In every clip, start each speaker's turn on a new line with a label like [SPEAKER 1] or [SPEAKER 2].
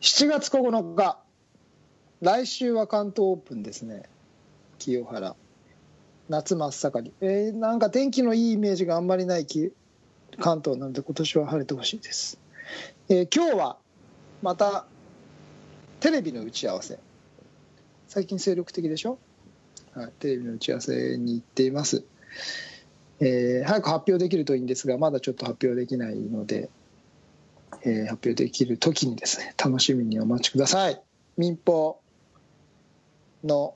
[SPEAKER 1] 7月9日来週は関東オープンですね清原夏真っ盛りえーなんか天気のいいイメージがあんまりないき関東なので今年は晴れてほしいです、えー今日はまたテレビの打ち合わせ最近精力的でしょ、はい、テレビの打ち合わせに行っています、えー早く発表できるといいんですがまだちょっと発表できないのでえー発表できる時にですね楽しみにお待ちください民放の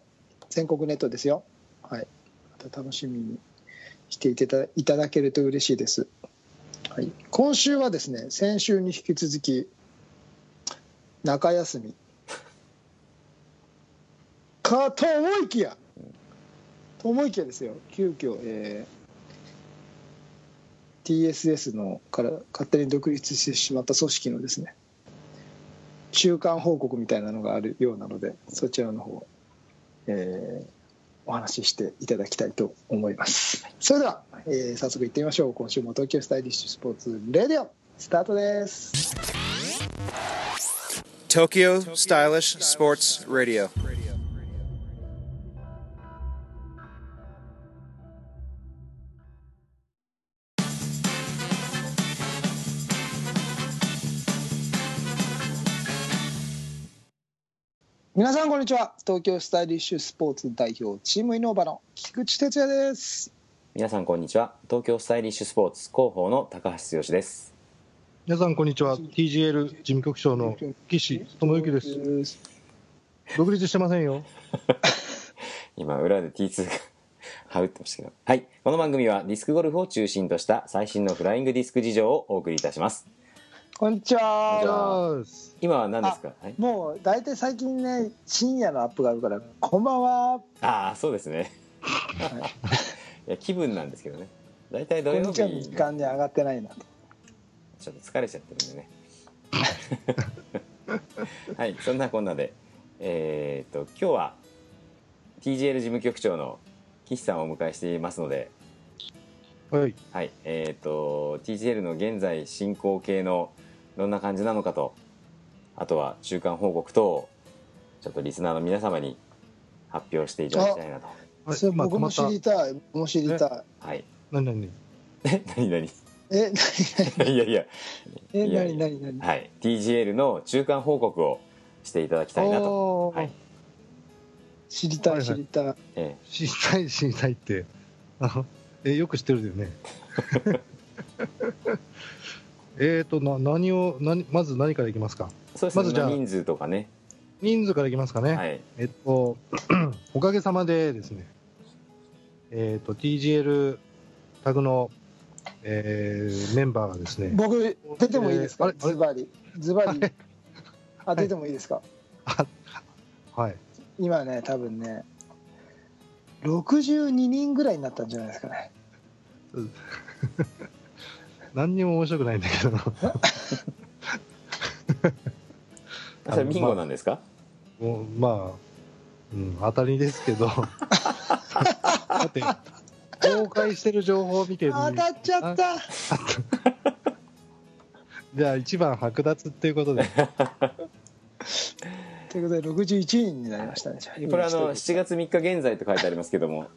[SPEAKER 1] 全国ネットですよはいまた楽しみにしていてたいただけると嬉しいです、はい、今週はですね先週に引き続き中休みかと思いきやと思いきやですよ急遽えー TSS のから勝手に独立してしまった組織のですね中間報告みたいなのがあるようなのでそちらの方、えーお話ししていただきたいと思いますそれでは、えー早速いってみましょう今週も東京スタイリッシュスポーツレディオスタートです
[SPEAKER 2] Tokyo Stylish Sports Radio.
[SPEAKER 1] 皆さんこんにちは東京スタイリッシュスポーツ代表チームイノーバの菊池哲也です
[SPEAKER 3] 皆さんこんにちは東京スタイリッシュスポーツ広報の高橋剛です
[SPEAKER 4] 皆さんこんにちは TGL 事務局長の岸智之です
[SPEAKER 1] す
[SPEAKER 4] 独立してませんよ
[SPEAKER 3] 今裏で T2 が羽打ってましたけどはいこの番組はディスクゴルフを中心とした最新のフライングディスク事情をお送りいたします
[SPEAKER 1] こんにち
[SPEAKER 3] こんにち
[SPEAKER 1] は
[SPEAKER 3] は
[SPEAKER 4] よーし
[SPEAKER 3] 今は何ですかはい、
[SPEAKER 1] もう大体最近ね深夜のアップがあるから「こんばんは
[SPEAKER 3] ああそうですねいや気分なんですけどね大体土
[SPEAKER 1] こん
[SPEAKER 3] 曜
[SPEAKER 1] に
[SPEAKER 3] 日
[SPEAKER 1] ちは」の時間に上がってないなと
[SPEAKER 3] ちょっと疲れちゃってるんでねはいそんなこんなでえーっと今日は TGL 事務局長の岸さんをお迎えしていますので
[SPEAKER 4] はい
[SPEAKER 3] はい、えっ、と TGL の現在進行形のどんな感じなのかとあとは中間報告等をちょっとリスナーの皆様に発表していただきたいなと
[SPEAKER 4] はい
[SPEAKER 1] それ
[SPEAKER 4] まあ
[SPEAKER 1] 僕も
[SPEAKER 4] ま
[SPEAKER 1] 知
[SPEAKER 4] た
[SPEAKER 1] りたい僕も知りたい
[SPEAKER 3] はい
[SPEAKER 4] 何何
[SPEAKER 3] え何何
[SPEAKER 1] え何
[SPEAKER 3] いやいや
[SPEAKER 1] え
[SPEAKER 3] いやい
[SPEAKER 1] 何
[SPEAKER 3] や
[SPEAKER 1] 何何
[SPEAKER 3] はい TGL の中間報告をしていただきたいなと
[SPEAKER 4] おー
[SPEAKER 3] はい
[SPEAKER 1] 知りた
[SPEAKER 4] は
[SPEAKER 1] い
[SPEAKER 4] いはい
[SPEAKER 1] 知りたい
[SPEAKER 3] え
[SPEAKER 4] 知りたい知りたいってあのえよく知ってるよね えーとな何を何まず何からいきますか
[SPEAKER 3] えそうですね
[SPEAKER 4] まずじゃあ
[SPEAKER 3] まあ人数とかね
[SPEAKER 4] 人数からいきますかね、
[SPEAKER 3] はい
[SPEAKER 4] えっと おかげさまでですねえっ、と TGL タグの、えーメンバーがですね
[SPEAKER 1] 僕出てもいいです
[SPEAKER 4] え
[SPEAKER 1] か
[SPEAKER 4] ーあれあれ
[SPEAKER 1] ズバリズバリあ出てもいいですか
[SPEAKER 4] はい
[SPEAKER 1] 今ね多分ね62人ぐらいになったんじゃないですかね
[SPEAKER 4] 何にも面白くないんだけど
[SPEAKER 3] あそれビンゴなんですか、
[SPEAKER 4] もうまあ、うん、当たりですけどだって公開してる情報を見てるの
[SPEAKER 1] 当
[SPEAKER 4] に
[SPEAKER 1] たっちゃった
[SPEAKER 4] じゃあ一番剥奪っていうことで
[SPEAKER 1] ということで61人になりましたねじゃ
[SPEAKER 3] これあの
[SPEAKER 1] 一人
[SPEAKER 3] 7月3日現在と書いてありますけども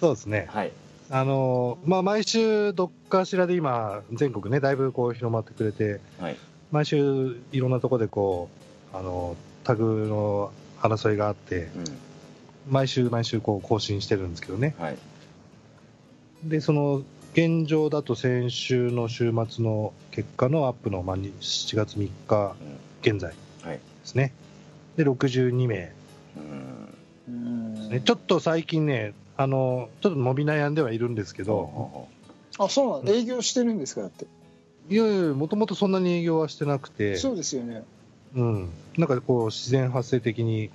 [SPEAKER 4] そうですね
[SPEAKER 3] はい
[SPEAKER 4] あのまあ毎週どっかしらで今全国ねだいぶこう広まってくれて
[SPEAKER 3] はい
[SPEAKER 4] 毎週いろんなとこでこうあのタグの争いがあっ
[SPEAKER 3] う
[SPEAKER 4] て
[SPEAKER 3] ん
[SPEAKER 4] 毎週毎週こう更新してるんですけどね
[SPEAKER 3] はい
[SPEAKER 4] でその現状だと先週の週末の結果のアップの、まあ、に7月3日現在
[SPEAKER 3] はい
[SPEAKER 4] ですね、で62名
[SPEAKER 1] う
[SPEAKER 3] うん
[SPEAKER 1] ん
[SPEAKER 4] ね、ちょっと最近ねあのちょっと伸び悩んではいるんですけ
[SPEAKER 3] ほう
[SPEAKER 4] ど、
[SPEAKER 3] ほ
[SPEAKER 1] あそうなんだ営業してるんですかだって
[SPEAKER 4] いやいやもともとそんなに営業はしてなくて
[SPEAKER 1] そうですよね
[SPEAKER 4] うん、なんかこう自然発生的に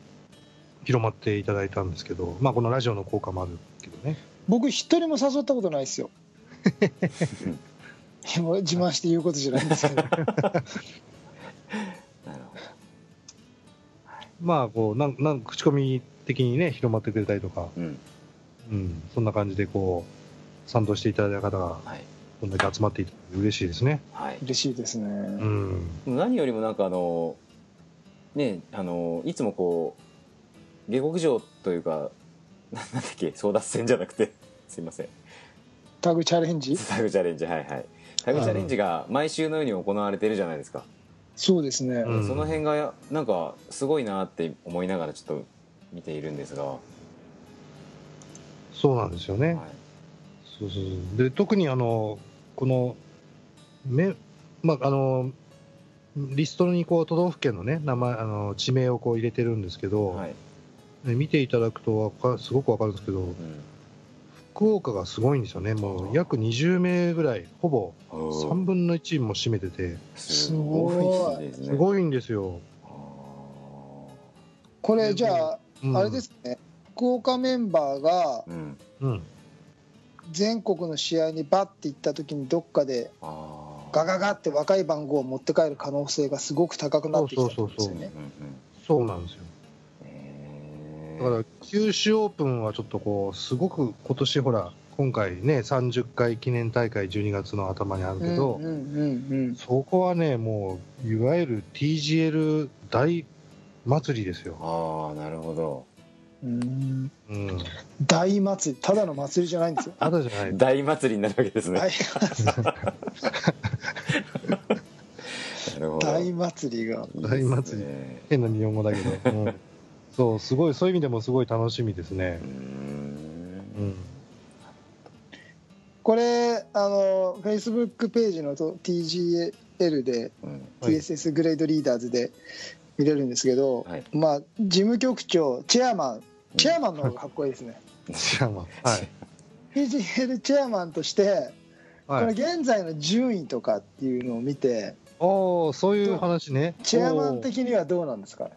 [SPEAKER 4] 広まっていただいたんですけど、まあ、このラジオの効果もあるけどね
[SPEAKER 1] 僕一人も誘ったことないですよ もう自慢して言うことじゃないんですけ ど
[SPEAKER 3] うほうなるほど
[SPEAKER 4] まあこうなんなん口コミ的にね広まってくれたりとか、
[SPEAKER 3] うん
[SPEAKER 4] うん、そんな感じでこう賛同していただいた方が
[SPEAKER 3] はい
[SPEAKER 4] こんだけ集まっていただいて嬉しいですね。
[SPEAKER 3] はい
[SPEAKER 1] 嬉しいですね、
[SPEAKER 4] うん。
[SPEAKER 3] 何よりもなんかあのねあのいつもこう下克上というかななんだっけ争奪戦じゃなくてすいません
[SPEAKER 1] タグチャレンジ
[SPEAKER 3] タグチャレンジはいはいタグチャレンジが毎週のように行われてるじゃないですか、
[SPEAKER 1] そうですね、
[SPEAKER 4] うん
[SPEAKER 3] その辺がなんかすごいなって思いながらちょっと見ているんですが、は
[SPEAKER 4] そうなんですよ
[SPEAKER 3] い
[SPEAKER 4] ね。そうそうそうで特にあのこのめ、まあ、あのリストにこう都道府県の、ね、名前あの地名をこう入れてるんですけど、
[SPEAKER 3] はい
[SPEAKER 4] ね見ていただくとわかすごくわかるんですけど
[SPEAKER 3] うん
[SPEAKER 4] 福岡がすごいんですよねもう約20名ぐらいほぼ
[SPEAKER 3] おー
[SPEAKER 4] 3分の1も占めてて
[SPEAKER 3] すごいですね
[SPEAKER 4] すごいんですよ。
[SPEAKER 3] あ
[SPEAKER 1] これじゃ
[SPEAKER 4] うん
[SPEAKER 1] ああれですね、福岡メンバーが
[SPEAKER 3] ーうん
[SPEAKER 4] うん
[SPEAKER 1] 全国の試合にバッて行った時にどっかで
[SPEAKER 3] あー
[SPEAKER 1] ガガガって若い番号を持って帰る可能性がすごく高くなってきたんですよね
[SPEAKER 4] そうそうそ
[SPEAKER 3] う
[SPEAKER 4] う
[SPEAKER 3] んうんうん
[SPEAKER 4] そうなんですよ
[SPEAKER 3] え
[SPEAKER 4] だか
[SPEAKER 3] ー
[SPEAKER 4] ら九州オープンはちょっとこうすごく今年ほら今回ね30回記念大会12月の頭にあるけど、
[SPEAKER 1] うんうんうんうん
[SPEAKER 4] そこはねもういわゆる TGL 大祭りですよ、
[SPEAKER 3] あーなるほど
[SPEAKER 1] うん
[SPEAKER 4] うん、
[SPEAKER 1] 大祭りただの祭りじゃないん ですよ
[SPEAKER 4] あとじゃない
[SPEAKER 3] 大祭りになるわけですね、
[SPEAKER 1] 大
[SPEAKER 3] なるほど
[SPEAKER 1] 大祭りが
[SPEAKER 4] 大祭り
[SPEAKER 3] いいですね
[SPEAKER 4] 変な日本語だけ ど、うんそうすごいそういう意味でもすごい楽しみですね
[SPEAKER 3] うー、ん
[SPEAKER 4] うん、
[SPEAKER 1] これあのフェイスブックページのと TGL で
[SPEAKER 3] うん
[SPEAKER 4] はい
[SPEAKER 1] TSS グレードリーダーズで見れるんですけど、
[SPEAKER 3] はい
[SPEAKER 1] まあ事務局長チェアマンチェアマンの方がかっこいいですね、
[SPEAKER 4] 知らんわはい
[SPEAKER 1] TGL チェアマンとしてこれ
[SPEAKER 4] はい
[SPEAKER 1] 現在の順位とかっていうのを見て
[SPEAKER 4] おーそういう話ね
[SPEAKER 1] チェアマ
[SPEAKER 4] お
[SPEAKER 1] ン
[SPEAKER 4] ー
[SPEAKER 1] 的にはどうなんですか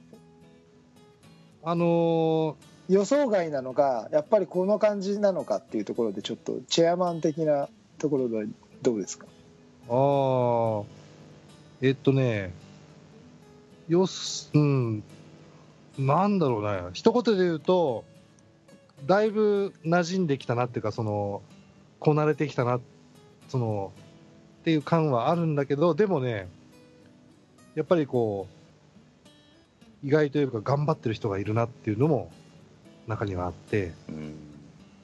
[SPEAKER 4] あの
[SPEAKER 1] 予想外なのかやっぱりこの感じなのかっていうところでちょっとチェアマン的なところでどうですか
[SPEAKER 4] ー、ああえっとねよすうんなんだろうな一言で言うとだいぶ馴染んできたなっていうかそのこなれてきたなそのっていう感はあるんだけどでもねやっぱりこう意外というか頑張ってる人がいるなっていうのも中にはあって、
[SPEAKER 3] うん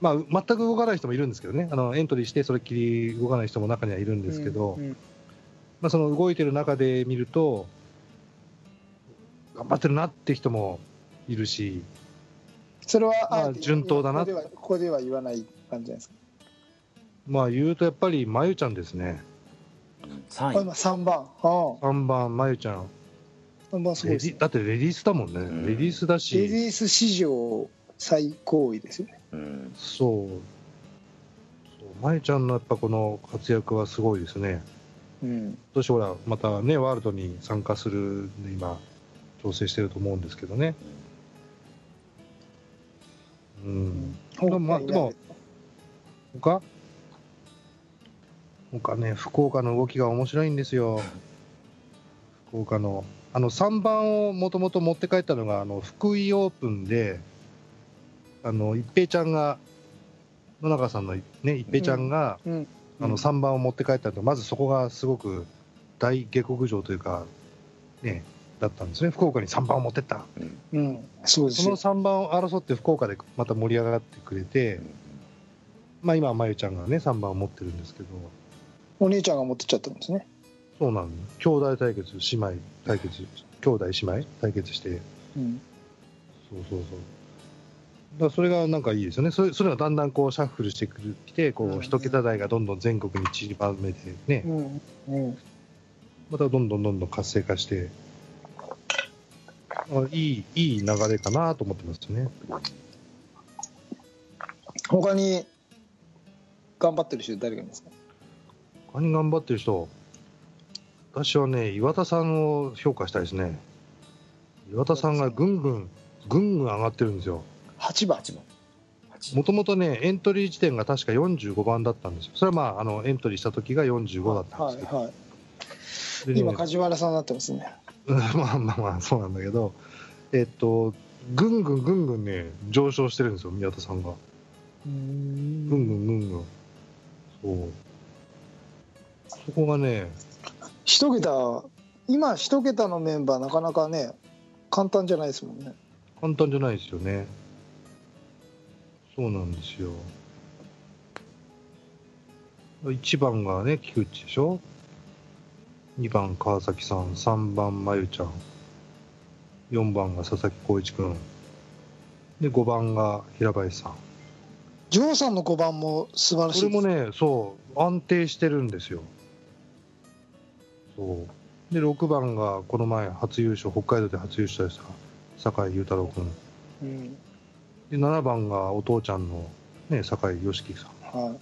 [SPEAKER 4] まあ、全く動かない人もいるんですけどねあのエントリーしてそれっきり動かない人も中にはいるんですけど、
[SPEAKER 1] うんうん
[SPEAKER 4] まあ、その動いてる中で見ると頑張ってるなって人もいるし
[SPEAKER 1] それは
[SPEAKER 4] まあ
[SPEAKER 1] えて
[SPEAKER 4] 順当だな
[SPEAKER 1] ここではここでは言わない感じじゃないですか
[SPEAKER 4] まあ言うとやっぱりまゆちゃんですね
[SPEAKER 3] 三
[SPEAKER 1] あ今
[SPEAKER 3] 位
[SPEAKER 1] 3番あ
[SPEAKER 4] 3番まゆちゃん
[SPEAKER 1] あ3番すごい
[SPEAKER 4] レデ
[SPEAKER 1] ですね
[SPEAKER 4] ィだってレディースだもんね、
[SPEAKER 3] ん
[SPEAKER 4] レディースだ
[SPEAKER 1] レデ
[SPEAKER 4] し
[SPEAKER 1] ィース史上最高位ですよね
[SPEAKER 3] うん
[SPEAKER 4] そうそうまゆちゃんのやっぱこの活躍はすごいですね
[SPEAKER 1] うん
[SPEAKER 4] 今年ほらまたねワールドに参加するんで今調整してると思うんですけどねうんまあでも他他ね福岡の動きが面白いんですよ福岡のあの3番をもともと持って帰ったのがあの福井オープンであの一平ちゃんが野中さんの、ね、一平ちゃんが、
[SPEAKER 1] うんうん
[SPEAKER 4] あの3番を持って帰ったとまずそこがすごく大下克上というか、ね、だったんですね福岡に3番を持ってった
[SPEAKER 1] うんそうです
[SPEAKER 4] その
[SPEAKER 1] よ
[SPEAKER 4] 3番を争って福岡でまた盛り上がってくれて、まあ、今はまゆちゃんがね3番を持ってるんですけど
[SPEAKER 1] お姉ちゃんが持ってっちゃったんですね
[SPEAKER 4] そうなの兄弟対決姉妹対決兄弟姉妹対決して
[SPEAKER 1] うん
[SPEAKER 4] そうそうそうだからそれがなんかいいですよねそれそれがだんだんこうシャッフルしてくるきて
[SPEAKER 1] うん
[SPEAKER 4] こ
[SPEAKER 1] うん
[SPEAKER 4] う一桁台がどんどん全国に散りばめてね
[SPEAKER 1] うんうん
[SPEAKER 4] またどんどんどんどん活性化してあいいいい流れかなと思ってますね
[SPEAKER 1] 他に頑張ってる人誰がいますか
[SPEAKER 4] 他に頑張ってる人私はね岩田さんを評価したいですね岩田さんがぐんぐんぐんぐん上がってるんですよ
[SPEAKER 1] 8番
[SPEAKER 3] 八番八
[SPEAKER 4] もともとねエントリー時点が確か45番だったんですよそれはまああのエントリーした時が45だったんですけど、
[SPEAKER 1] はいは
[SPEAKER 4] で
[SPEAKER 1] い
[SPEAKER 4] ね
[SPEAKER 1] 今梶原さんになってますね
[SPEAKER 4] まあまあまあそうなん だけどえっとぐんぐんぐんぐんね上昇してるんですよ宮田さんが
[SPEAKER 1] う
[SPEAKER 4] ぐん
[SPEAKER 1] ん
[SPEAKER 4] ぐんぐんぐんそうそこがね
[SPEAKER 1] 一桁今一桁のメンバーなかなかね簡単じゃないですもんね
[SPEAKER 4] 簡単じゃないですよねそうなんですよ1番がね菊池でしょ2番川崎さん3番まゆちゃん4番が佐々木浩一君で5番が平林さん
[SPEAKER 1] ジョーさんの5番も素晴らし
[SPEAKER 4] こ
[SPEAKER 1] いで
[SPEAKER 4] れ
[SPEAKER 1] す
[SPEAKER 4] もねそう安定してるんですよそうで6番がこの前初優勝北海道で初優勝した酒井裕太郎君
[SPEAKER 1] うん
[SPEAKER 4] で7番がお父ちゃんの、ね、酒井良樹さん
[SPEAKER 1] は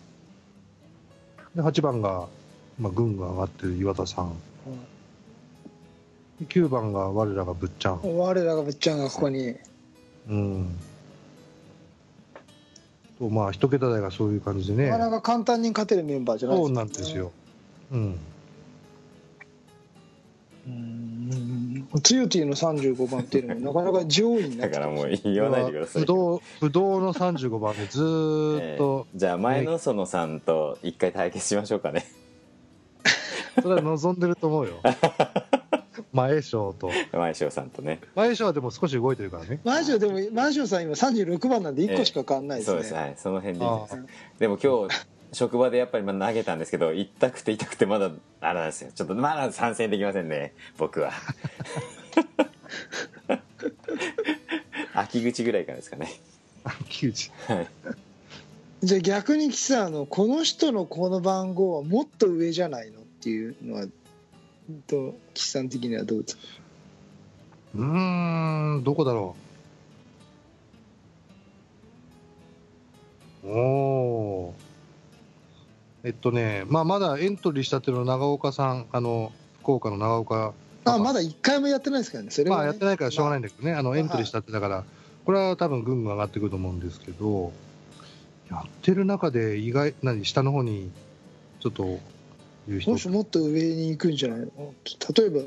[SPEAKER 4] で8番が、まあ、軍が上がってる岩田さん
[SPEAKER 1] いはい
[SPEAKER 4] で9番が我らがぶっちゃん、
[SPEAKER 1] 我らがぶっちゃんがここに
[SPEAKER 4] うん、とまあ一桁台がそういう感じでね
[SPEAKER 1] なかなか簡単に勝てるメンバーじゃない
[SPEAKER 4] そうなんですよ、うん、
[SPEAKER 1] うんツユティの35番っていうのもなかなか上位にな
[SPEAKER 3] だ
[SPEAKER 1] ってき
[SPEAKER 3] から
[SPEAKER 1] て
[SPEAKER 3] もう言わないでください
[SPEAKER 4] 不動不動の35番でずー っと、
[SPEAKER 3] じゃあ前の園さんと一回対決しましょうかね
[SPEAKER 4] それは望んでると思うよ前翔と
[SPEAKER 3] 前翔さんとね
[SPEAKER 4] 前翔はでも少し動いてるからね
[SPEAKER 1] マンションでもマンションさん今36番なんで1個しか変わんないです
[SPEAKER 3] そう
[SPEAKER 1] ね、
[SPEAKER 3] ですはいその辺 でいい
[SPEAKER 4] あ
[SPEAKER 3] です
[SPEAKER 4] あ
[SPEAKER 3] でも今日職場でやっぱりまあ投げたんですけど痛くて痛くてまだあれなんですよちょっとまだ参戦できませんね僕は秋口ぐらいからですかね
[SPEAKER 4] 木内
[SPEAKER 3] はい
[SPEAKER 1] じゃあ逆に岸さんあのこの人のこの番号はもっと上じゃないのっていうのはと岸さん的にはどうですか
[SPEAKER 4] うーんどこだろうおーえっとね、まあ、まだエントリーしたっていうのは長岡さんあの福岡の長岡
[SPEAKER 1] あまだ1回もやってないですからねそれ
[SPEAKER 4] ま
[SPEAKER 1] は、
[SPEAKER 4] あ
[SPEAKER 1] ね
[SPEAKER 4] やってないからしょうがないんだけどね、あの
[SPEAKER 1] はい
[SPEAKER 4] エントリーしたってだから、これは多分ぐんぐん上がってくると思うんですけど、やってる中で意外、何、下の方にちょっと言う
[SPEAKER 1] も
[SPEAKER 4] 人
[SPEAKER 1] うしもっと上に行くんじゃないの例えば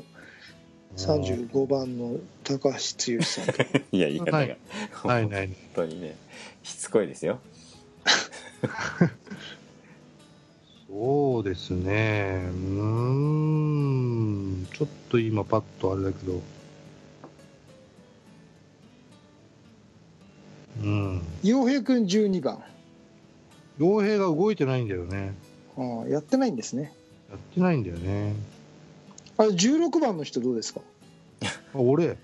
[SPEAKER 1] 35番の高橋剛さんとか
[SPEAKER 3] いや言い方が、
[SPEAKER 4] はいないない、
[SPEAKER 3] 本当にねしつこいですよ
[SPEAKER 4] そうですね、うーん、ちょっと今、パッとあれだけど、うん、
[SPEAKER 1] 洋平君12番
[SPEAKER 4] 傭兵が動いてないんだよね、
[SPEAKER 1] ああやってないんですね
[SPEAKER 4] やってないんだよね。
[SPEAKER 1] あれ16番の人どうですか
[SPEAKER 4] あ俺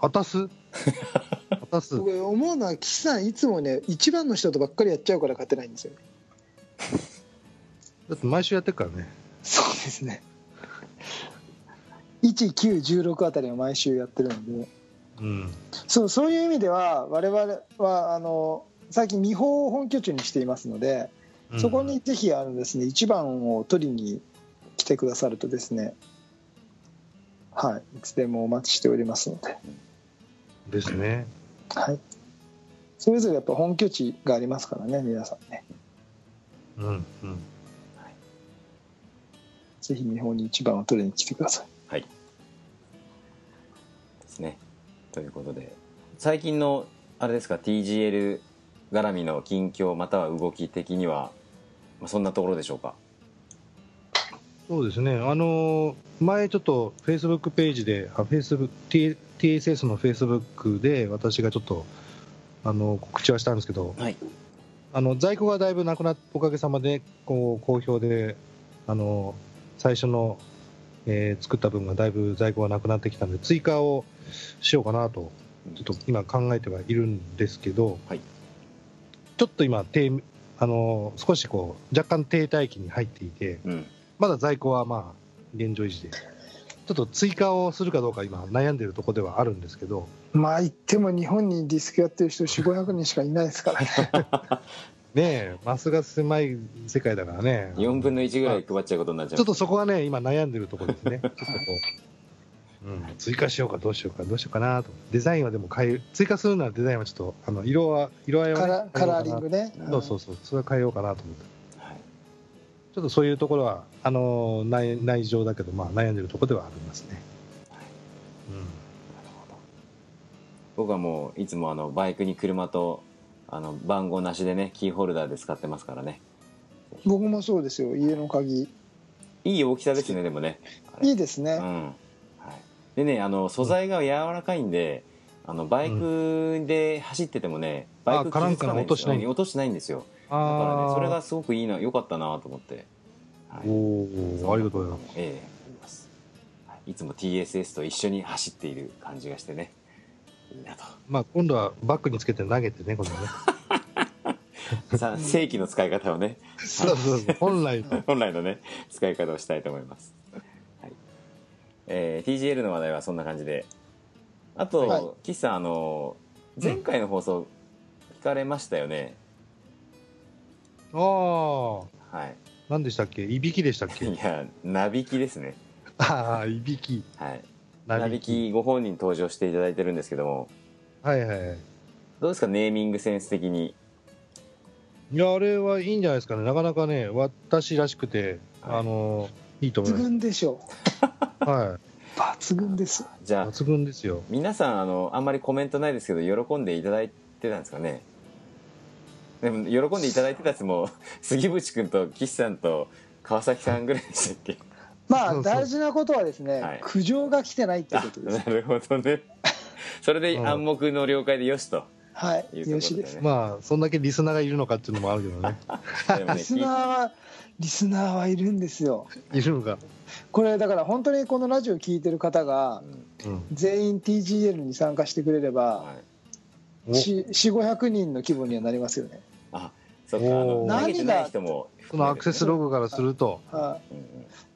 [SPEAKER 4] 果たす果 たす
[SPEAKER 1] 僕思うのは岸さんいつもね1番の人とばっかりやっちゃうから勝てないんですよ
[SPEAKER 4] だって毎週やってるからね
[SPEAKER 1] そうですね1916あたりを毎週やってるんで
[SPEAKER 4] うん
[SPEAKER 1] そうそういう意味では我々はあの最近見本を本拠地にしていますのでそこにぜひあのですね1番を取りに来てくださるとですねはいいつでもお待ちしておりますので、
[SPEAKER 4] ですね
[SPEAKER 1] はい、それぞれやっぱ本拠地がありますからね皆さんね
[SPEAKER 4] うんうん
[SPEAKER 1] ぜひ見本に1番を取りに来てください
[SPEAKER 3] ですねということで最近のあれですか TGL 絡みの近況または動き的には、まあ、そんなところでしょうか
[SPEAKER 4] そうですねあのー前ちょっとフェイスブックページであ Facebook T- TSS のフェイスブックで私がちょっとあの告知はしたんですけど、
[SPEAKER 3] はい
[SPEAKER 4] あの在庫がだいぶなくなっておかげさまでこう好評であの最初の、えー作った分がだいぶ在庫がなくなってきたので追加をしようかなとちょっと今考えてはいるんですけど、
[SPEAKER 3] はい
[SPEAKER 4] ちょっと今低あの少しこう若干停滞期に入っていて
[SPEAKER 3] うん
[SPEAKER 4] まだ在庫はまあ現状維持でちょっと追加をするかどうか今悩んでるとこではあるんですけど
[SPEAKER 1] まあ言っても日本にディスクやってる人4500人しかいないですからね
[SPEAKER 4] ねえマスが狭い世界だからね
[SPEAKER 3] 4分の1ぐらい配っちゃうことになっちゃう
[SPEAKER 4] ちょっとそこはね今悩んでるとこですねちょっとこう、うん、追加しようかどうしようかどうしようかなとデザインはでも変え追加するならデザインはちょっとあの色は色合いは
[SPEAKER 1] カ
[SPEAKER 4] ね、
[SPEAKER 1] ラカラーリングね
[SPEAKER 4] そうそうそうそれは変えようかなと思って。
[SPEAKER 3] はい
[SPEAKER 4] ちょっとそういうところは、あの内内情だけど、まあ、悩んでるところではありますね。
[SPEAKER 3] 僕はもういつもあのバイクに車とあの番号なしでねキーホルダーで使ってますからね
[SPEAKER 1] 僕もそうですよ家の鍵
[SPEAKER 3] いい大きさですねでもねあれ
[SPEAKER 1] いいですね、
[SPEAKER 3] うんはい、でねあの素材が柔らかいんで、あのバイクで走っててもね、
[SPEAKER 4] うん
[SPEAKER 3] バイク
[SPEAKER 4] あ
[SPEAKER 3] 傷つかないんですよ
[SPEAKER 4] カランカラン
[SPEAKER 3] 落としないんですよだから
[SPEAKER 4] あ
[SPEAKER 3] ね
[SPEAKER 4] あ
[SPEAKER 3] それがすごくいいな良かったなと思って、は
[SPEAKER 4] おおありがとうございます
[SPEAKER 3] すええありますはいいつも TSS と一緒に走っている感じがしてねいいな と
[SPEAKER 4] まあ今度はバックにつけて投げてねこれね
[SPEAKER 3] さあ正規の使い方をね
[SPEAKER 4] そうそうそう本来の
[SPEAKER 3] 本来のね使い方をしたいと思います、はいえー TGL の話題はそんな感じであと、
[SPEAKER 1] はい
[SPEAKER 3] 岸さんあの前回の放送聞かれましたよね、
[SPEAKER 4] ああ
[SPEAKER 3] はい
[SPEAKER 4] 何でしたっけいびきでしたっけ
[SPEAKER 3] いやなびきですね
[SPEAKER 4] ああいびき
[SPEAKER 3] はい
[SPEAKER 4] な
[SPEAKER 3] なびきご本人登場していただいてるんですけども
[SPEAKER 4] はいはいはい
[SPEAKER 3] どうですかネーミングセンス的に
[SPEAKER 4] いやあれはいいんじゃないですかねなかなかね私らしくて、
[SPEAKER 3] はい
[SPEAKER 4] あのいいと思い
[SPEAKER 1] 抜
[SPEAKER 4] ま
[SPEAKER 1] 群でしょ
[SPEAKER 4] すは
[SPEAKER 1] う抜群です
[SPEAKER 3] じ
[SPEAKER 4] い
[SPEAKER 3] ゃあ
[SPEAKER 4] 抜群ですよ
[SPEAKER 3] 皆さんあのあんまりコメントないですけど喜んでいただいてたんですかねでも喜んでいただいてたやつも 杉渕君と岸さんと川崎さんぐらいでしたっけ
[SPEAKER 1] ま
[SPEAKER 4] そ
[SPEAKER 1] あ
[SPEAKER 4] うそう
[SPEAKER 1] 大事なことはですね、
[SPEAKER 3] はい
[SPEAKER 1] 苦情が来てないってことです
[SPEAKER 3] なるほどねそれで
[SPEAKER 4] うん
[SPEAKER 3] 暗黙の了解でよしと
[SPEAKER 1] はい
[SPEAKER 3] いうとこ
[SPEAKER 1] よ
[SPEAKER 3] ろ
[SPEAKER 1] し
[SPEAKER 3] で
[SPEAKER 1] で
[SPEAKER 3] ね
[SPEAKER 1] す
[SPEAKER 4] まあそんだけリスナーがいるのかっていうのもあるけ どね
[SPEAKER 3] でもね
[SPEAKER 1] リスナーはリスナーはいるんですよ
[SPEAKER 4] いるのが、
[SPEAKER 1] これだから本当にこのラジオ聞いてる方が
[SPEAKER 4] うん
[SPEAKER 1] 全員 TGL に参加してくれれば
[SPEAKER 3] はい
[SPEAKER 4] お
[SPEAKER 1] 4500人の規模にはなりますよね
[SPEAKER 3] あそっかあの
[SPEAKER 4] おー
[SPEAKER 3] 投げてない人も
[SPEAKER 4] そのアクセスログからすると
[SPEAKER 1] は
[SPEAKER 3] うんうん
[SPEAKER 1] い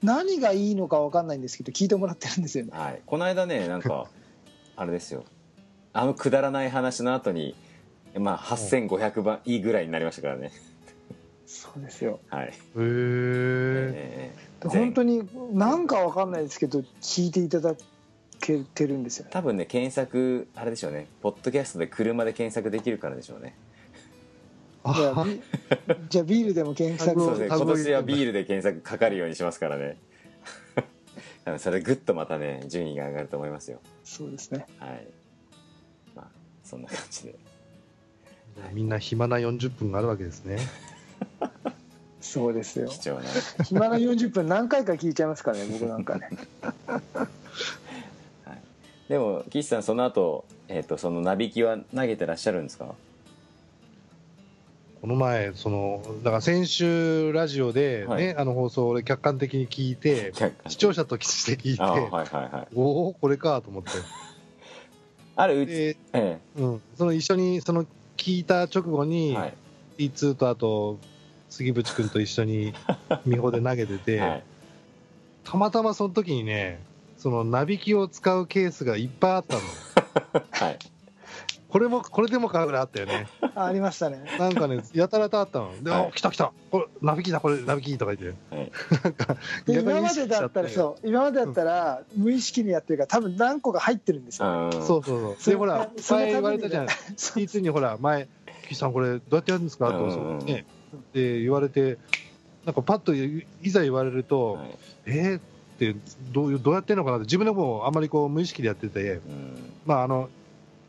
[SPEAKER 1] 何がいいのか分かんないんですけど聞いてもらってるんですよね
[SPEAKER 3] はい、この間ねなんかあれですよあのくだらない話の後にまあ8500番いいぐらいになりましたからね
[SPEAKER 1] そうですよ
[SPEAKER 3] はい、
[SPEAKER 4] へえ
[SPEAKER 3] えー
[SPEAKER 1] 本当に何か分かんないですけど聞いていただけてるんですよね
[SPEAKER 3] 多分ね検索あれでしょうねポッドキャストで車で検索できるからでしょうね
[SPEAKER 1] じゃあ
[SPEAKER 4] あ
[SPEAKER 1] ビ じゃあビールでも検索
[SPEAKER 4] う
[SPEAKER 3] そう
[SPEAKER 4] ん
[SPEAKER 1] を
[SPEAKER 3] ですね
[SPEAKER 4] タグ
[SPEAKER 3] 今
[SPEAKER 4] を入れて
[SPEAKER 3] 年はビールで検索かかるようにしますからね あのそれでグッとまたね順位が上がると思いますよ
[SPEAKER 1] そうですね
[SPEAKER 3] はいまあそんな感じで
[SPEAKER 4] みんな暇な40分があるわけですね
[SPEAKER 1] そうですよ
[SPEAKER 3] 貴重な
[SPEAKER 1] 暇な40分何回か聞いちゃいます からね僕なんかね
[SPEAKER 3] でも岸さんその後、えっとそのなびきは投げてらっしゃるんですか
[SPEAKER 4] この前そのだから先週ラジオで、ね
[SPEAKER 3] はい
[SPEAKER 4] あの放送を俺客観的に聞いて視聴者として聞いて、
[SPEAKER 3] あーはいはいはい
[SPEAKER 4] おおこれかと思って
[SPEAKER 3] あれうち、
[SPEAKER 4] で、
[SPEAKER 3] え
[SPEAKER 4] うん、その一緒にその聞いた直後
[SPEAKER 3] え
[SPEAKER 4] に、
[SPEAKER 3] はい
[SPEAKER 4] T2 とあと杉渕君と一緒に美穂で投げてて、
[SPEAKER 3] はい
[SPEAKER 4] たまたまその時にねそのなびきを使うケースがいっぱいあったの
[SPEAKER 3] はい
[SPEAKER 4] これもこれでもかぐらいあったよね
[SPEAKER 1] あありましたね
[SPEAKER 4] なん かねやたらとあったので「
[SPEAKER 3] はい
[SPEAKER 4] お来た来たこれなびきだこれなびき」とか言って、
[SPEAKER 3] はい
[SPEAKER 4] なんか
[SPEAKER 1] で
[SPEAKER 4] 逆
[SPEAKER 1] 今
[SPEAKER 4] に意
[SPEAKER 1] ま
[SPEAKER 4] 識
[SPEAKER 1] で
[SPEAKER 4] しちゃ
[SPEAKER 1] だ
[SPEAKER 4] っ
[SPEAKER 1] ったた
[SPEAKER 4] よ
[SPEAKER 1] らそう今までだったら無意識にやってるから多分何個か入ってるんですよ
[SPEAKER 3] あー
[SPEAKER 4] そうそうそうでほらいっ
[SPEAKER 1] そ
[SPEAKER 4] ぱ
[SPEAKER 1] れ
[SPEAKER 4] い言われたじゃん
[SPEAKER 1] そ
[SPEAKER 4] T2 にほら前「岸さんこれどうやってやるんですか?」と
[SPEAKER 3] うんうんうん
[SPEAKER 4] ねで言われてなんかパッといいざ言われると「
[SPEAKER 3] はい
[SPEAKER 4] えーってどういうどうやってんのかなって自分でもあんまりこう無意識でやってて、
[SPEAKER 3] うん
[SPEAKER 4] まあ、あの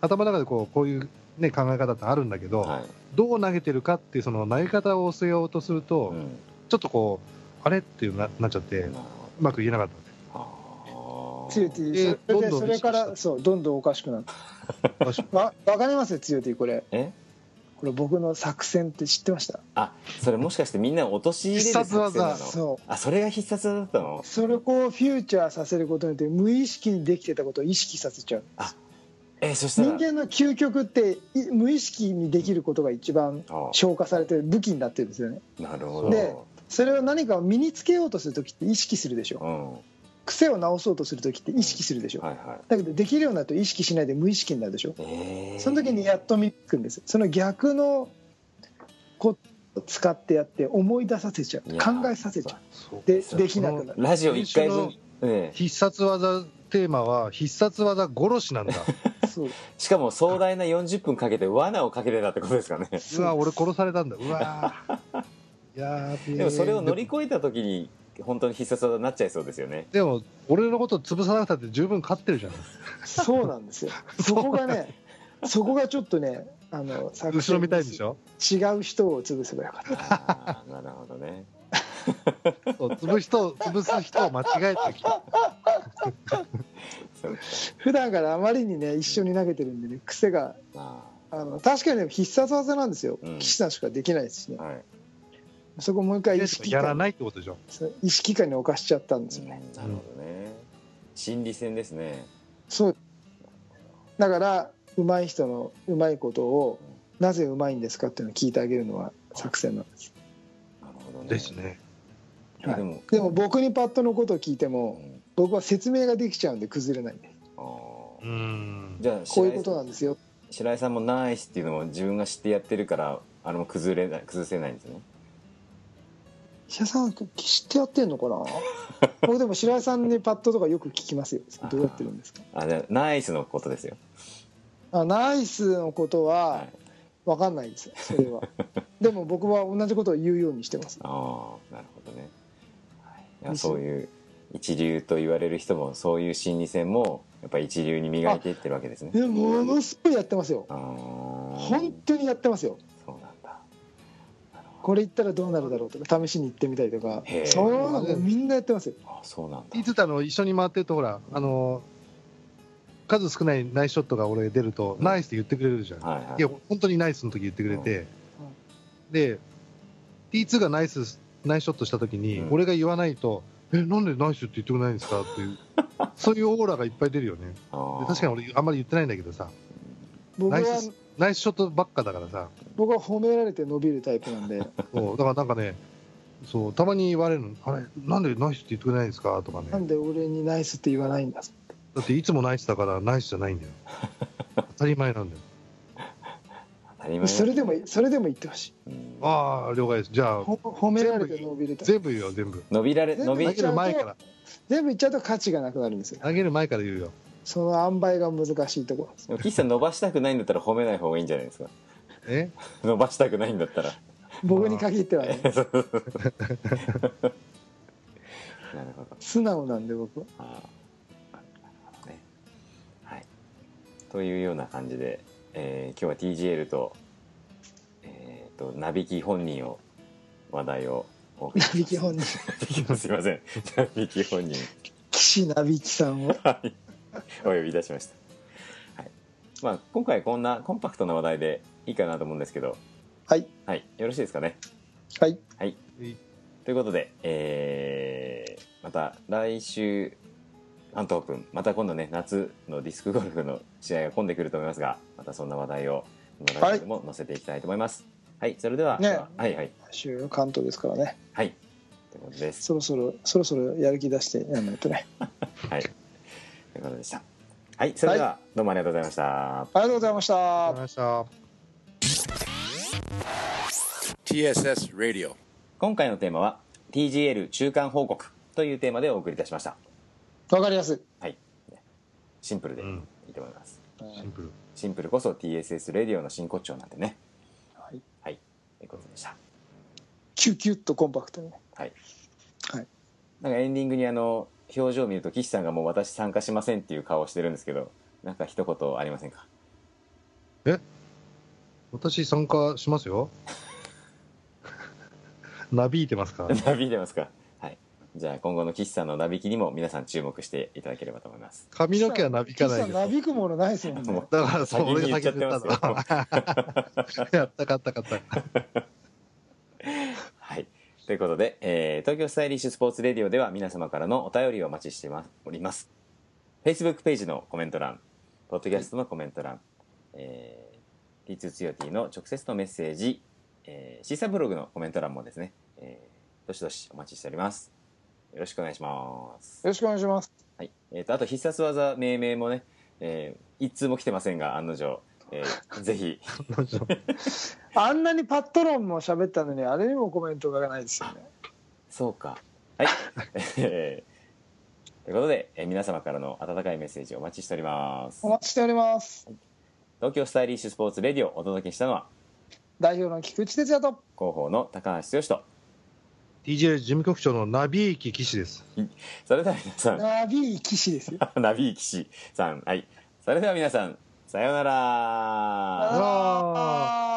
[SPEAKER 4] 頭の中でこうこういう、ね、考え方ってあるんだけど、
[SPEAKER 3] はい
[SPEAKER 4] どう投げてるかっていうその投げ方を教えようとすると、
[SPEAKER 3] うん
[SPEAKER 4] ちょっとこうあれっていうななっちゃって
[SPEAKER 3] なる
[SPEAKER 4] う
[SPEAKER 3] ほ
[SPEAKER 4] まく言えなかった
[SPEAKER 3] どあー
[SPEAKER 1] 強いって言うそれ
[SPEAKER 4] えーどん
[SPEAKER 1] で
[SPEAKER 4] どん
[SPEAKER 1] それからそうどんどんおかしくなって
[SPEAKER 4] おかし
[SPEAKER 1] わわかりますよ強いってこれ
[SPEAKER 3] え
[SPEAKER 1] これ僕の作戦って知ってました
[SPEAKER 3] あそれもしかしてみんな落とし入れる作戦なの
[SPEAKER 4] 必殺技
[SPEAKER 1] そ
[SPEAKER 3] あそれが必殺技だったの
[SPEAKER 1] うそれをこうフューチャーさせることによって無意識にできてたことを意識させちゃう
[SPEAKER 3] えそしたら
[SPEAKER 1] 人間の究極ってい無意識にできることが一番
[SPEAKER 3] あ
[SPEAKER 1] 消化されてる武器になってるんですよね
[SPEAKER 3] なるほど
[SPEAKER 1] でそれを何かを身につけようとする時って意識するでし
[SPEAKER 3] う
[SPEAKER 1] ょ
[SPEAKER 3] んは
[SPEAKER 1] 癖を直そうとする時って意識するでし
[SPEAKER 3] い
[SPEAKER 1] ょ
[SPEAKER 3] は
[SPEAKER 1] だけどできるようになると意識しないで無意識になるでしょ
[SPEAKER 3] いえー
[SPEAKER 1] その時にやっと見つくんですその逆のことを使ってやって思い出させちゃう
[SPEAKER 3] いや
[SPEAKER 1] 考えさせちゃう
[SPEAKER 4] そう
[SPEAKER 1] で
[SPEAKER 3] そう
[SPEAKER 1] できなくなる
[SPEAKER 3] ラジオ一回
[SPEAKER 4] 先
[SPEAKER 3] 分ええ
[SPEAKER 4] 必殺技テーマは必殺技殺し なんだ
[SPEAKER 1] そう
[SPEAKER 3] しかも壮大な40分かけて罠をかけてたってことですかね
[SPEAKER 4] うわ俺殺されたんだうわーやべえ
[SPEAKER 3] でもそれを乗り越えた時に本当に必殺技になっちゃいそうですよね
[SPEAKER 4] でも俺のこと潰さなくたって十分勝ってるじゃん
[SPEAKER 1] そうなんですよ そこがねそこがちょっとねあの作
[SPEAKER 4] 後ろ見たいんでし
[SPEAKER 1] ょ
[SPEAKER 4] ょ
[SPEAKER 1] 違う人を潰せばよかった
[SPEAKER 3] あーなるほどね
[SPEAKER 4] そう潰す人を潰す人を間違えてきた
[SPEAKER 3] そうです
[SPEAKER 1] 普段からあまりにね一緒に投げてるんでね癖が
[SPEAKER 3] かま
[SPEAKER 1] あの確かにね必殺技なんですよ、
[SPEAKER 3] うん
[SPEAKER 1] 岸さんしかできないですしね
[SPEAKER 3] あはい
[SPEAKER 1] そこもう一回意識
[SPEAKER 4] やら
[SPEAKER 1] 下に
[SPEAKER 4] ないってことでしょ
[SPEAKER 1] そう意識下に置かしちゃったんですよね、
[SPEAKER 3] なるほどね心理戦ですね
[SPEAKER 1] そうだから上手い人の上手いことをなぜ上手いんですかっていうのを聞いてあげるのは作戦なんです
[SPEAKER 3] なるほどね
[SPEAKER 4] ですね
[SPEAKER 3] えでも
[SPEAKER 1] でも僕にパットのことを聞いて
[SPEAKER 3] う
[SPEAKER 1] も
[SPEAKER 3] ん
[SPEAKER 1] 僕は説明ができちゃうんで崩れないんで
[SPEAKER 3] あー
[SPEAKER 4] うん
[SPEAKER 3] じゃあ
[SPEAKER 1] こう
[SPEAKER 3] 白
[SPEAKER 1] いう
[SPEAKER 3] 井
[SPEAKER 1] ことなんですよ
[SPEAKER 3] 白井さんもナイスっていうのも自分が知ってやってるからあれも崩れない崩せないんですね
[SPEAKER 1] 石田さん知ってやってんのかな 僕でも白井さんにパットとかよく聞きますよどうやってるんですか
[SPEAKER 3] あじゃあナイスのことですよ
[SPEAKER 1] あナイスのこと
[SPEAKER 3] は
[SPEAKER 1] はい分かんないですよそれは でも僕は同じことを言うようにしてます
[SPEAKER 3] ああなるほどね、はい、いや
[SPEAKER 1] です
[SPEAKER 3] そういう一流と言われる人もそういう心理戦もやっぱ一流に磨いていってるわけですね
[SPEAKER 1] えものすごいやってますよ
[SPEAKER 3] あー
[SPEAKER 1] 本当にやってますよ
[SPEAKER 3] そうなんだ
[SPEAKER 1] これ言ったらどうなるだろうとか試しに行ってみたりとか
[SPEAKER 3] へー
[SPEAKER 1] そういうのもみんなやってますよ
[SPEAKER 3] あそうなんだ
[SPEAKER 4] いつだの一緒に回ってるとほらあの数少ないナイスショットが俺出ると、
[SPEAKER 3] うん
[SPEAKER 4] ナイスって言ってくれるじゃん、
[SPEAKER 3] はいはい
[SPEAKER 4] いや本当にナイスの時言ってくれて、
[SPEAKER 1] うん
[SPEAKER 4] で T2 がナイスナイスショットした時に、
[SPEAKER 3] うん
[SPEAKER 4] 俺が言わないとえなんでナイスって言ってくれないんですかっていう そういうオーラがいっぱい出るよね
[SPEAKER 3] あー
[SPEAKER 4] で確かに俺あんまり言ってないんだけどさ
[SPEAKER 1] 僕は
[SPEAKER 4] ナイスナイスショットばっかだから さ
[SPEAKER 1] 僕は褒められて伸びるタイプなん で
[SPEAKER 4] そうだからなんかねそうたまに言われるのあれなんでナイスって言ってくれないんですかとかね
[SPEAKER 1] なんで俺にナイスって言わないんだ
[SPEAKER 4] だっていつもナイスだからナイスじゃない んだよ当たり前なんだよ
[SPEAKER 3] 当たり前だ
[SPEAKER 1] それでもそれでも言ってほしい
[SPEAKER 3] うん
[SPEAKER 4] ああ了解ですじゃあ
[SPEAKER 1] ほ褒められて伸びるタイプ
[SPEAKER 4] 全部言うよ全部
[SPEAKER 3] 伸びられ
[SPEAKER 1] 全
[SPEAKER 3] 伸
[SPEAKER 1] 部
[SPEAKER 3] び
[SPEAKER 1] 言
[SPEAKER 4] 投
[SPEAKER 1] っ
[SPEAKER 4] げ
[SPEAKER 1] ちゃ
[SPEAKER 4] る
[SPEAKER 1] うと
[SPEAKER 4] 前から
[SPEAKER 1] 全部言っちゃうと価値がなくなるんですよ
[SPEAKER 4] 投げる前から言うよ
[SPEAKER 1] その塩梅が難しいところです
[SPEAKER 3] でも岸さん伸ばしたくないんだったら褒めない方がいいんじゃないですか
[SPEAKER 4] え
[SPEAKER 3] 伸ばしたくないんだったら
[SPEAKER 1] 僕に限っては ね
[SPEAKER 3] なるほど
[SPEAKER 1] 素直なんで僕は
[SPEAKER 3] あーなるほどねはいというような感じで、えー今日は TGL と,、えー、とナビキ本人を話題をお送り
[SPEAKER 1] ナ
[SPEAKER 3] し
[SPEAKER 1] ビ
[SPEAKER 3] まし
[SPEAKER 1] キ
[SPEAKER 3] た
[SPEAKER 1] 本人
[SPEAKER 3] すいませんナビキ本人
[SPEAKER 1] 岸ナビキさんを
[SPEAKER 3] はいお呼びいたしました、はいまあ、今回こんなコンパクトな話題でいいかなと思うんですけど
[SPEAKER 1] はい
[SPEAKER 3] はいよろしいですかね
[SPEAKER 1] はい
[SPEAKER 3] はい
[SPEAKER 4] はい
[SPEAKER 3] ということで、えーまた来週関東オープンまた今度ね夏のディスクゴルフの試合が混んでくると思いますがまたそんな話題をこのラジオでも載せていきたいと思いますはい、それでは、
[SPEAKER 1] ね
[SPEAKER 3] はいはい
[SPEAKER 1] 来週関東ですからね
[SPEAKER 3] はいということです
[SPEAKER 1] そろそろそろそろやる気出してやんないとね
[SPEAKER 3] はいということでしたはいそれでは、どうもありがとうございました
[SPEAKER 1] ありがとうございました
[SPEAKER 4] わかりました。
[SPEAKER 2] TSS Radio.
[SPEAKER 3] 今回のテーマは TGL 中間報告というテーマでお送りいたしました
[SPEAKER 1] わかりやすい
[SPEAKER 3] シンプルでい
[SPEAKER 4] うん
[SPEAKER 3] いと思います、
[SPEAKER 4] シンプル。
[SPEAKER 3] シンプルこそ TSS レディオの真骨頂なんでね
[SPEAKER 1] はい
[SPEAKER 3] ということでした
[SPEAKER 1] キュキュッとコンパクトにね
[SPEAKER 3] なんかエンディングにあの表情を見ると岸さんがもう私参加しませんっていう顔をしてるんですけどなんか一言ありませんか
[SPEAKER 4] 私参加しますよ。 なびいてますか。
[SPEAKER 3] なびいてますかはいじゃあ今後の岸さんのなびきにも皆さん注目していただければと思います
[SPEAKER 4] 髪の毛はなびかない
[SPEAKER 1] 岸
[SPEAKER 4] け
[SPEAKER 1] さんな
[SPEAKER 4] ど。
[SPEAKER 1] びくものないですもんね
[SPEAKER 3] も
[SPEAKER 4] だから、そう、
[SPEAKER 3] 先
[SPEAKER 4] 俺
[SPEAKER 3] に言
[SPEAKER 4] が
[SPEAKER 3] っちゃっ
[SPEAKER 4] 先
[SPEAKER 3] て
[SPEAKER 4] に言
[SPEAKER 3] ま
[SPEAKER 4] っ
[SPEAKER 3] すよ
[SPEAKER 4] たの。 やったかったかった。
[SPEAKER 3] はい。ということで、えー東京スタイリッシュスポーツレディオでは皆様からのお便りをお待ちしてまおります。Facebook ページのコメント欄、ポッドキャストのコメント欄、えー、T2 ツヨティの直接のメッセージ、えー、シーサーブログのコメント欄もですね、えーどしどしお待ちしております。よろしくお願いします。
[SPEAKER 1] よろしくお願いします
[SPEAKER 3] はい。えーと、あと必殺技命名もね、えー一通も来てませんが、案の定、えーぜひ、
[SPEAKER 1] あんなにパット論も喋ったのにあれにもコメントがないですよね
[SPEAKER 3] そうか。はい。 えーということで、えー皆様からの温かいメッセージをお待ちしております
[SPEAKER 1] お。待ちしております
[SPEAKER 3] 東京スタイリッシュスポーツレディオをお届けしたのは、
[SPEAKER 1] 代表の菊池哲也と
[SPEAKER 3] 広報の高橋剛と。
[SPEAKER 4] TJ 事務局長のなびいき騎士です。
[SPEAKER 3] それでは皆さん
[SPEAKER 1] ナビ騎士ですよ
[SPEAKER 3] あ、ナビー騎士さん。はい。それでは皆さん、さようなら。
[SPEAKER 1] あ
[SPEAKER 4] あー
[SPEAKER 1] ー